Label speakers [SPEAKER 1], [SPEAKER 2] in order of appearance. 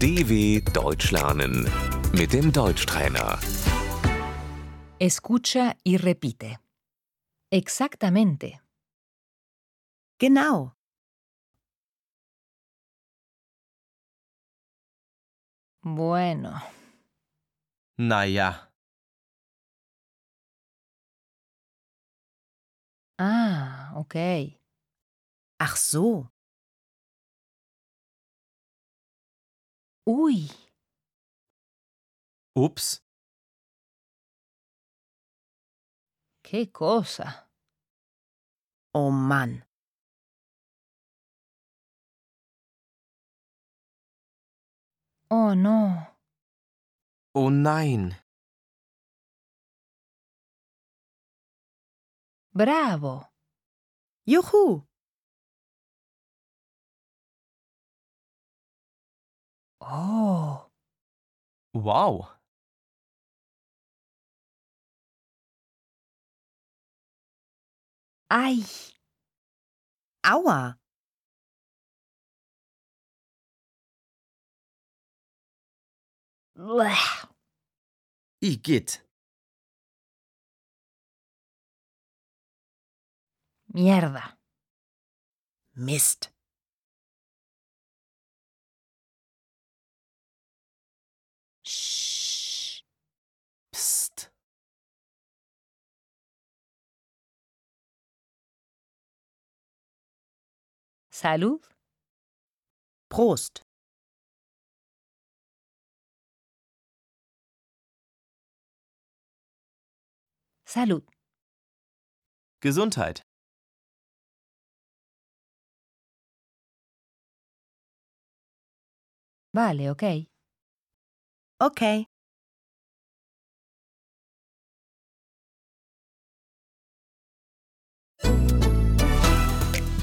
[SPEAKER 1] DW Deutsch lernen mit dem Deutschtrainer.
[SPEAKER 2] Escucha y repite. Exactamente.
[SPEAKER 3] Genau,
[SPEAKER 2] Bueno.
[SPEAKER 4] Naja,
[SPEAKER 2] Ah, ok.
[SPEAKER 3] ach so,
[SPEAKER 2] Uy,
[SPEAKER 4] ups,
[SPEAKER 2] qué cosa.
[SPEAKER 3] oh Mann,
[SPEAKER 2] Oh, no.
[SPEAKER 4] oh nein,
[SPEAKER 2] Bravo.
[SPEAKER 3] juhu,
[SPEAKER 2] Oh,
[SPEAKER 4] wow,
[SPEAKER 2] ay,
[SPEAKER 3] aua,
[SPEAKER 2] bleh,
[SPEAKER 4] igitt,
[SPEAKER 2] mierda.
[SPEAKER 3] Mist,
[SPEAKER 2] Shh.
[SPEAKER 4] psst,
[SPEAKER 2] Salud.
[SPEAKER 3] Prost,
[SPEAKER 2] Salud.
[SPEAKER 4] Gesundheit.
[SPEAKER 2] Vale, ok.
[SPEAKER 3] okay,